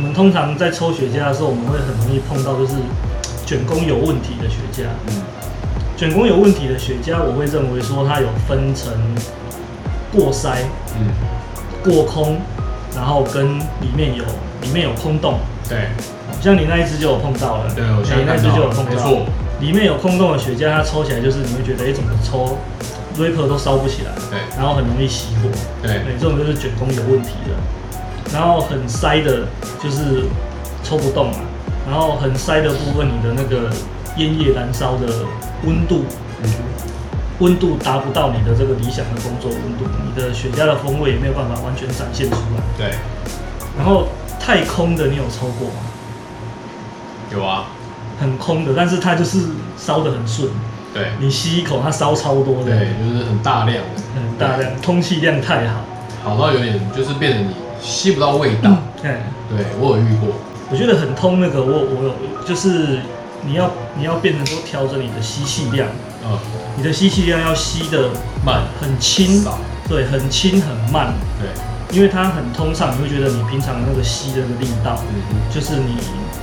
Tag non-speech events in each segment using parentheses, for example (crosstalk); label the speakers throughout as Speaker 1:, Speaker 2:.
Speaker 1: 们通常在抽雪茄的时候，我们会很容易碰到就是卷工有问题的雪茄。卷工有问题的雪茄，我会认为说它有分成过筛、
Speaker 2: 嗯，
Speaker 1: 过空，然后跟里面有里面有空洞，
Speaker 2: 对，
Speaker 1: 像你那一只就有碰到了，
Speaker 2: 对我现在
Speaker 1: 你那只
Speaker 2: 看到
Speaker 1: 就有碰到，
Speaker 2: 没错
Speaker 1: 里面有空洞的雪茄，它抽起来就是你会觉得，哎、怎么抽 ripper 都烧不起来，
Speaker 2: 对
Speaker 1: 然后很容易熄火，
Speaker 2: 对
Speaker 1: 这种就是卷工有问题的。然后很塞的，就是抽不动嘛，然后很塞的部分，你的那个烟叶燃烧的温度
Speaker 2: 嗯，
Speaker 1: 温度达不到你的这个理想的工作温度，你的雪茄的风味也没有办法完全展现出来。
Speaker 2: 对，
Speaker 1: 然后太空的你有抽过吗？
Speaker 2: 有啊，
Speaker 1: 很空的，但是它就是烧的很顺，
Speaker 2: 对，
Speaker 1: 你吸一口它烧超多的，
Speaker 2: 对，就是很大量的，
Speaker 1: 很大量，空气量太好，
Speaker 2: 好到有点就是变得你吸不到味道。
Speaker 1: 哎，
Speaker 2: 对我有遇过，
Speaker 1: 我觉得很通那个，我我有就是你要你要变成说调整你的吸气量，
Speaker 2: 嗯，
Speaker 1: 你的吸气量要吸的
Speaker 2: 慢，
Speaker 1: 很轻
Speaker 2: 少，
Speaker 1: 对，很轻很慢，
Speaker 2: 对，
Speaker 1: 因为它很通畅，你会觉得你平常那个吸的那个力道，
Speaker 2: 嗯，
Speaker 1: 就是你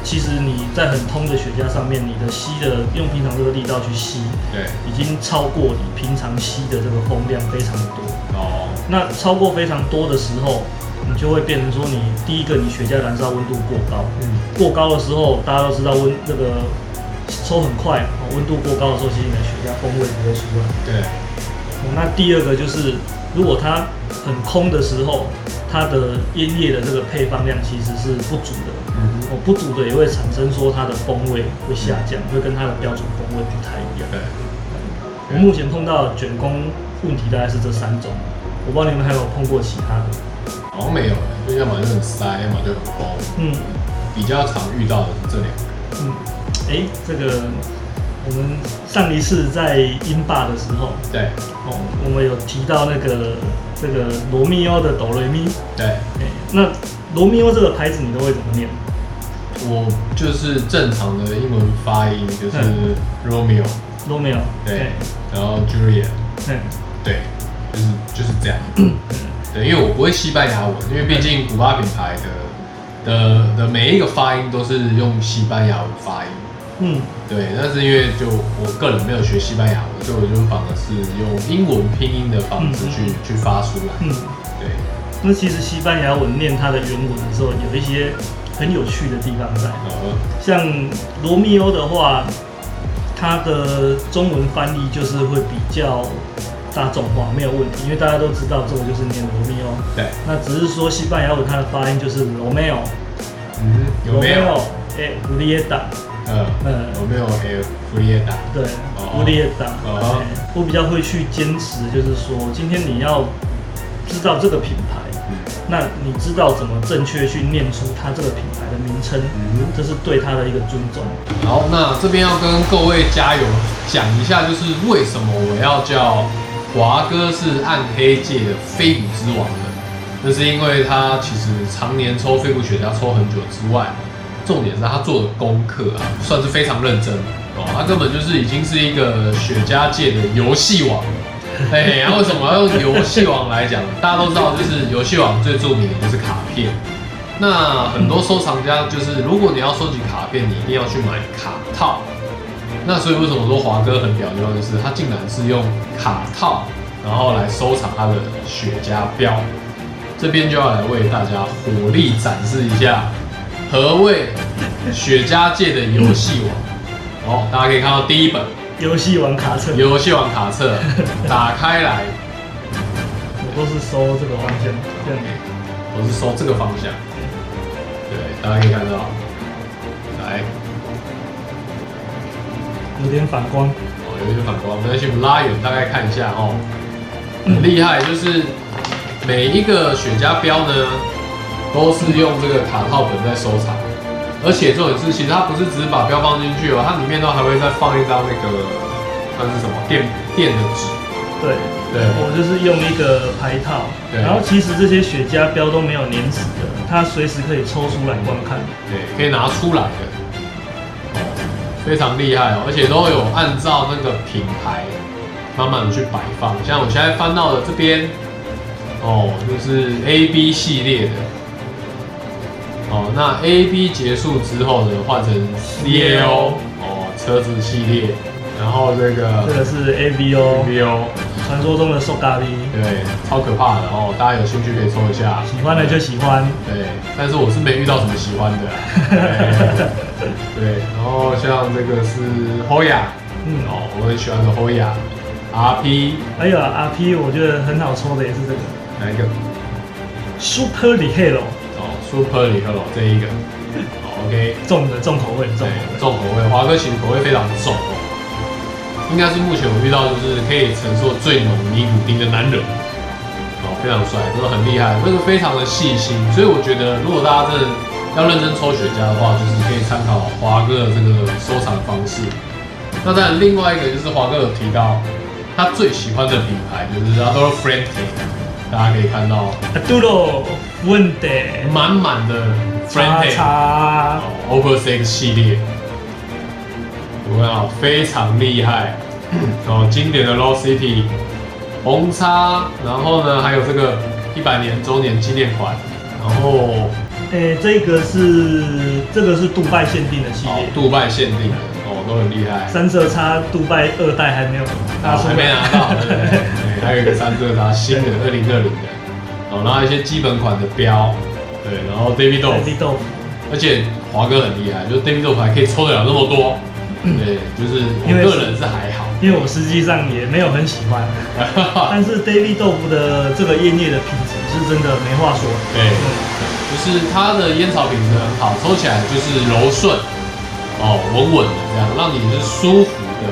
Speaker 1: 其实你在很通的雪茄上面，你的吸的用平常这个力道去吸，
Speaker 2: 对，
Speaker 1: 已经超过你平常吸的这个风量非常多。
Speaker 2: 哦，
Speaker 1: 那超过非常多的时候，你就会变成说你，第一个你雪茄燃烧温度过高，
Speaker 2: 嗯，
Speaker 1: 过高的时候大家都知道温那个抽很快，哦温度过高的时候，其实你的雪茄风味不会出来。
Speaker 2: 对，嗯
Speaker 1: 哦那第二个就是，如果它很空的时候，它的烟叶的这个配方量其实是不足的。
Speaker 2: 嗯，
Speaker 1: 哦，不足的也会产生说它的风味会下降，
Speaker 2: 嗯
Speaker 1: 会跟它的标准风味不太一样。
Speaker 2: 对，
Speaker 1: 我目前碰到的卷工问题大概是这三种，我不知道你们还有碰过其他的。
Speaker 2: 好像没有，就要么就很塞，要么就很空，
Speaker 1: 嗯
Speaker 2: 比较常遇到的是这两个。
Speaker 1: 嗯，哎、这个我们上一次在英霸的时候，
Speaker 2: 对，
Speaker 1: 哦，我们有提到那个这个罗密欧的哆瑞咪，
Speaker 2: 对，
Speaker 1: 哎、那罗密欧这个牌子你都会怎么念？
Speaker 2: 我就是正常的英文发音就是
Speaker 1: 嗯
Speaker 2: Romeo，
Speaker 1: 罗密欧，
Speaker 2: 对，然后 Juliet，
Speaker 1: 嗯，
Speaker 2: 对，就是就是这样。对，因为我不会西班牙文，因为毕竟古巴品牌的的的每一个发音都是用西班牙文发音。
Speaker 1: 嗯，
Speaker 2: 对，但是因为就我个人没有学西班牙文，所以我就反而是用英文拼音的方式去、去发出来。
Speaker 1: 嗯，
Speaker 2: 对，
Speaker 1: 那其实西班牙文念它的原文的时候，有一些很有趣的地方在。
Speaker 2: 然后
Speaker 1: 像罗密欧的话，它的中文翻译就是会比较大众化，没有问题，因为大家都知道这个就是念罗密欧。
Speaker 2: 对，
Speaker 1: 那只是说西班牙文它的发音就是罗密欧，
Speaker 2: 嗯，有没有？？
Speaker 1: 哎，乌利耶达，
Speaker 2: 呃，
Speaker 1: 嗯
Speaker 2: 有哎没有 El Frieta？
Speaker 1: 对
Speaker 2: 哦，
Speaker 1: 乌利耶达
Speaker 2: 哦。
Speaker 1: 哎我比较会去坚持，就是说今天你要知道这个品牌，
Speaker 2: 嗯
Speaker 1: 那你知道怎么正确去念出它这个品牌的名称，
Speaker 2: 嗯哼
Speaker 1: 这是对它的一个尊重。
Speaker 2: 好，那这边要跟各位加油讲一下，就是为什么我要叫华哥是暗黑界的飞舞之王呢？那是因为他其实常年抽飞舞雪茄抽很久之外，重点是他做的功课啊，算是非常认真哦，他根本就是已经是一个雪茄界的游戏王了。哎，然后为什么要用游戏王来讲？大家都知道，就是游戏王最著名的就是卡片。那很多收藏家就是，如果你要收集卡片，你一定要去买卡套。那所以为什么说华哥很屌的地方，就是他竟然是用卡套，然后来收藏他的雪茄标。这边就要来为大家火力展示一下何谓雪茄界的游戏王。好，大家可以看到第一本
Speaker 1: 游戏王卡车。
Speaker 2: 游戏王卡册打开来，
Speaker 1: 我都是收这个方向，这样。
Speaker 2: 我是收这个方向。对，大家可以看到，来，
Speaker 1: 有点反光。
Speaker 2: 哦，有一些反光，没关系，我们拉远大概看一下哦，很厉害，就是每一个雪茄标呢，都是用这个卡套本在收藏，而且重点是，其实它不是只是把标放进去哦，它里面都还会再放一张那个，那是什么电电的纸，
Speaker 1: 对，
Speaker 2: 对
Speaker 1: 我就是用一个牌套，
Speaker 2: 对
Speaker 1: 然后其实这些雪茄标都没有粘死的，它随时可以抽出来观看。
Speaker 2: 对，可以拿出来的，哦，非常厉害哦，而且都有按照那个品牌慢慢的去摆放。像我现在翻到的这边，哦，就是 A B 系列的，哦，那 A B 结束之后呢，换成 C A O 哦，车子系列，然后这
Speaker 1: 这
Speaker 2: 个
Speaker 1: 个是 A B
Speaker 2: A
Speaker 1: O，
Speaker 2: B O，
Speaker 1: 传说中的瘦咖喱，
Speaker 2: 对，超可怕的哦，大家有兴趣可以搜一下。
Speaker 1: 喜欢的就喜欢。
Speaker 2: 对，但是我是没遇到什么喜欢的、啊。对，对然后像这个是 Hoya，
Speaker 1: 嗯，
Speaker 2: 哦，我很喜欢的 Hoya，R P
Speaker 1: 还有 R P，我觉得很好抽的也是这个
Speaker 2: 哪一个？
Speaker 1: Super l i h e r o
Speaker 2: 哦，Super 里克罗这一个。好，OK，
Speaker 1: 重的重口味，重
Speaker 2: 对
Speaker 1: 口味。，
Speaker 2: 重口味，华哥其实口味非常重哦，应该是目前我遇到就是可以承受最浓尼古丁的男人，哦，非常帅，真的很厉害，那个非常的细心，所以我觉得如果大家真的要认真抽雪茄的话，就是可以参考华哥的这个收藏方式。那当然，另外一个就是华哥有提到，他最喜欢的品牌就是 Adolf Frantic，大家可以看到
Speaker 1: a d u r o 问的
Speaker 2: 满满的
Speaker 1: 叉
Speaker 2: Frantic。
Speaker 1: 叉
Speaker 2: o p e r Six 系列，有没有非常厉
Speaker 1: (clears throat)
Speaker 2: 害？哦，经典的 Low City 红叉，然后呢，还有这个一百年周年纪念款，然后哦
Speaker 1: 诶、哎这个是这个是杜拜限定的系
Speaker 2: 哦
Speaker 1: 列，，
Speaker 2: 杜拜限定的哦，都很厉害。
Speaker 1: 三色叉杜拜二代还没有拿
Speaker 2: 啊，
Speaker 1: 出
Speaker 2: 还
Speaker 1: 来，
Speaker 2: 没拿到，对不对？对还有一个三色叉新的二零二零的，哦，然后一些基本款的标，对，然后 David d o
Speaker 1: (laughs) 对绿豆腐，
Speaker 2: 而且华哥很厉害，就是 David d o 还可以抽得了那么多，对，就是我
Speaker 1: 因为
Speaker 2: 个人是还好。
Speaker 1: 因为我实际上也没有很喜欢，
Speaker 2: 啊
Speaker 1: 但是 David 豆腐的这个烟叶的品质是真的没话说。
Speaker 2: 对，
Speaker 1: 嗯
Speaker 2: 就是它的烟草品质很好，抽起来就是柔顺，哦，稳稳的这样，让你是舒服的。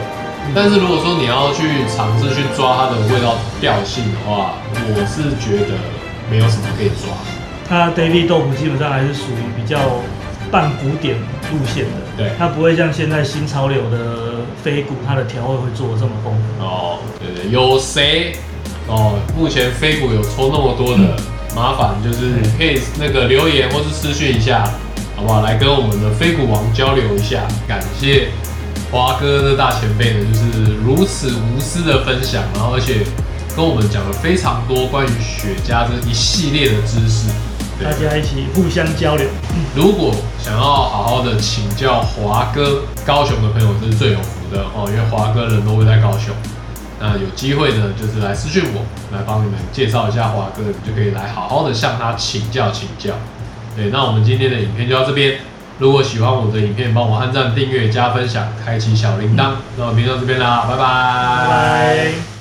Speaker 2: 但是如果说你要去尝试去抓它的味道调性的话，我是觉得没有什么可以抓。
Speaker 1: 它 David 豆腐基本上还是属于比较半古典路线的，
Speaker 2: 对
Speaker 1: 它不会像现在新潮流的非古，它的调味会做的这么丰富。
Speaker 2: 哦，对对，有谁哦？目前飞股有抽那么多的，麻烦就是可以那个留言或是私讯一下，好不好？来跟我们的飞股王交流一下，感谢华哥的大前辈呢，就是如此无私的分享，然后而且跟我们讲了非常多关于雪茄这一系列的知识。对
Speaker 1: 大家一起互相交流，
Speaker 2: 如果想要好好的请教华哥，高雄的朋友这是最有福的哦，因为华哥人都会在高雄。那有机会呢，就是来私讯我，来帮你们介绍一下华哥，你就可以来好好的向他请教请教。对，那我们今天的影片就到这边。如果喜欢我的影片，帮我按赞、订阅、加分享，开启小铃铛。那我们今天到这边啦，拜拜
Speaker 1: 拜拜。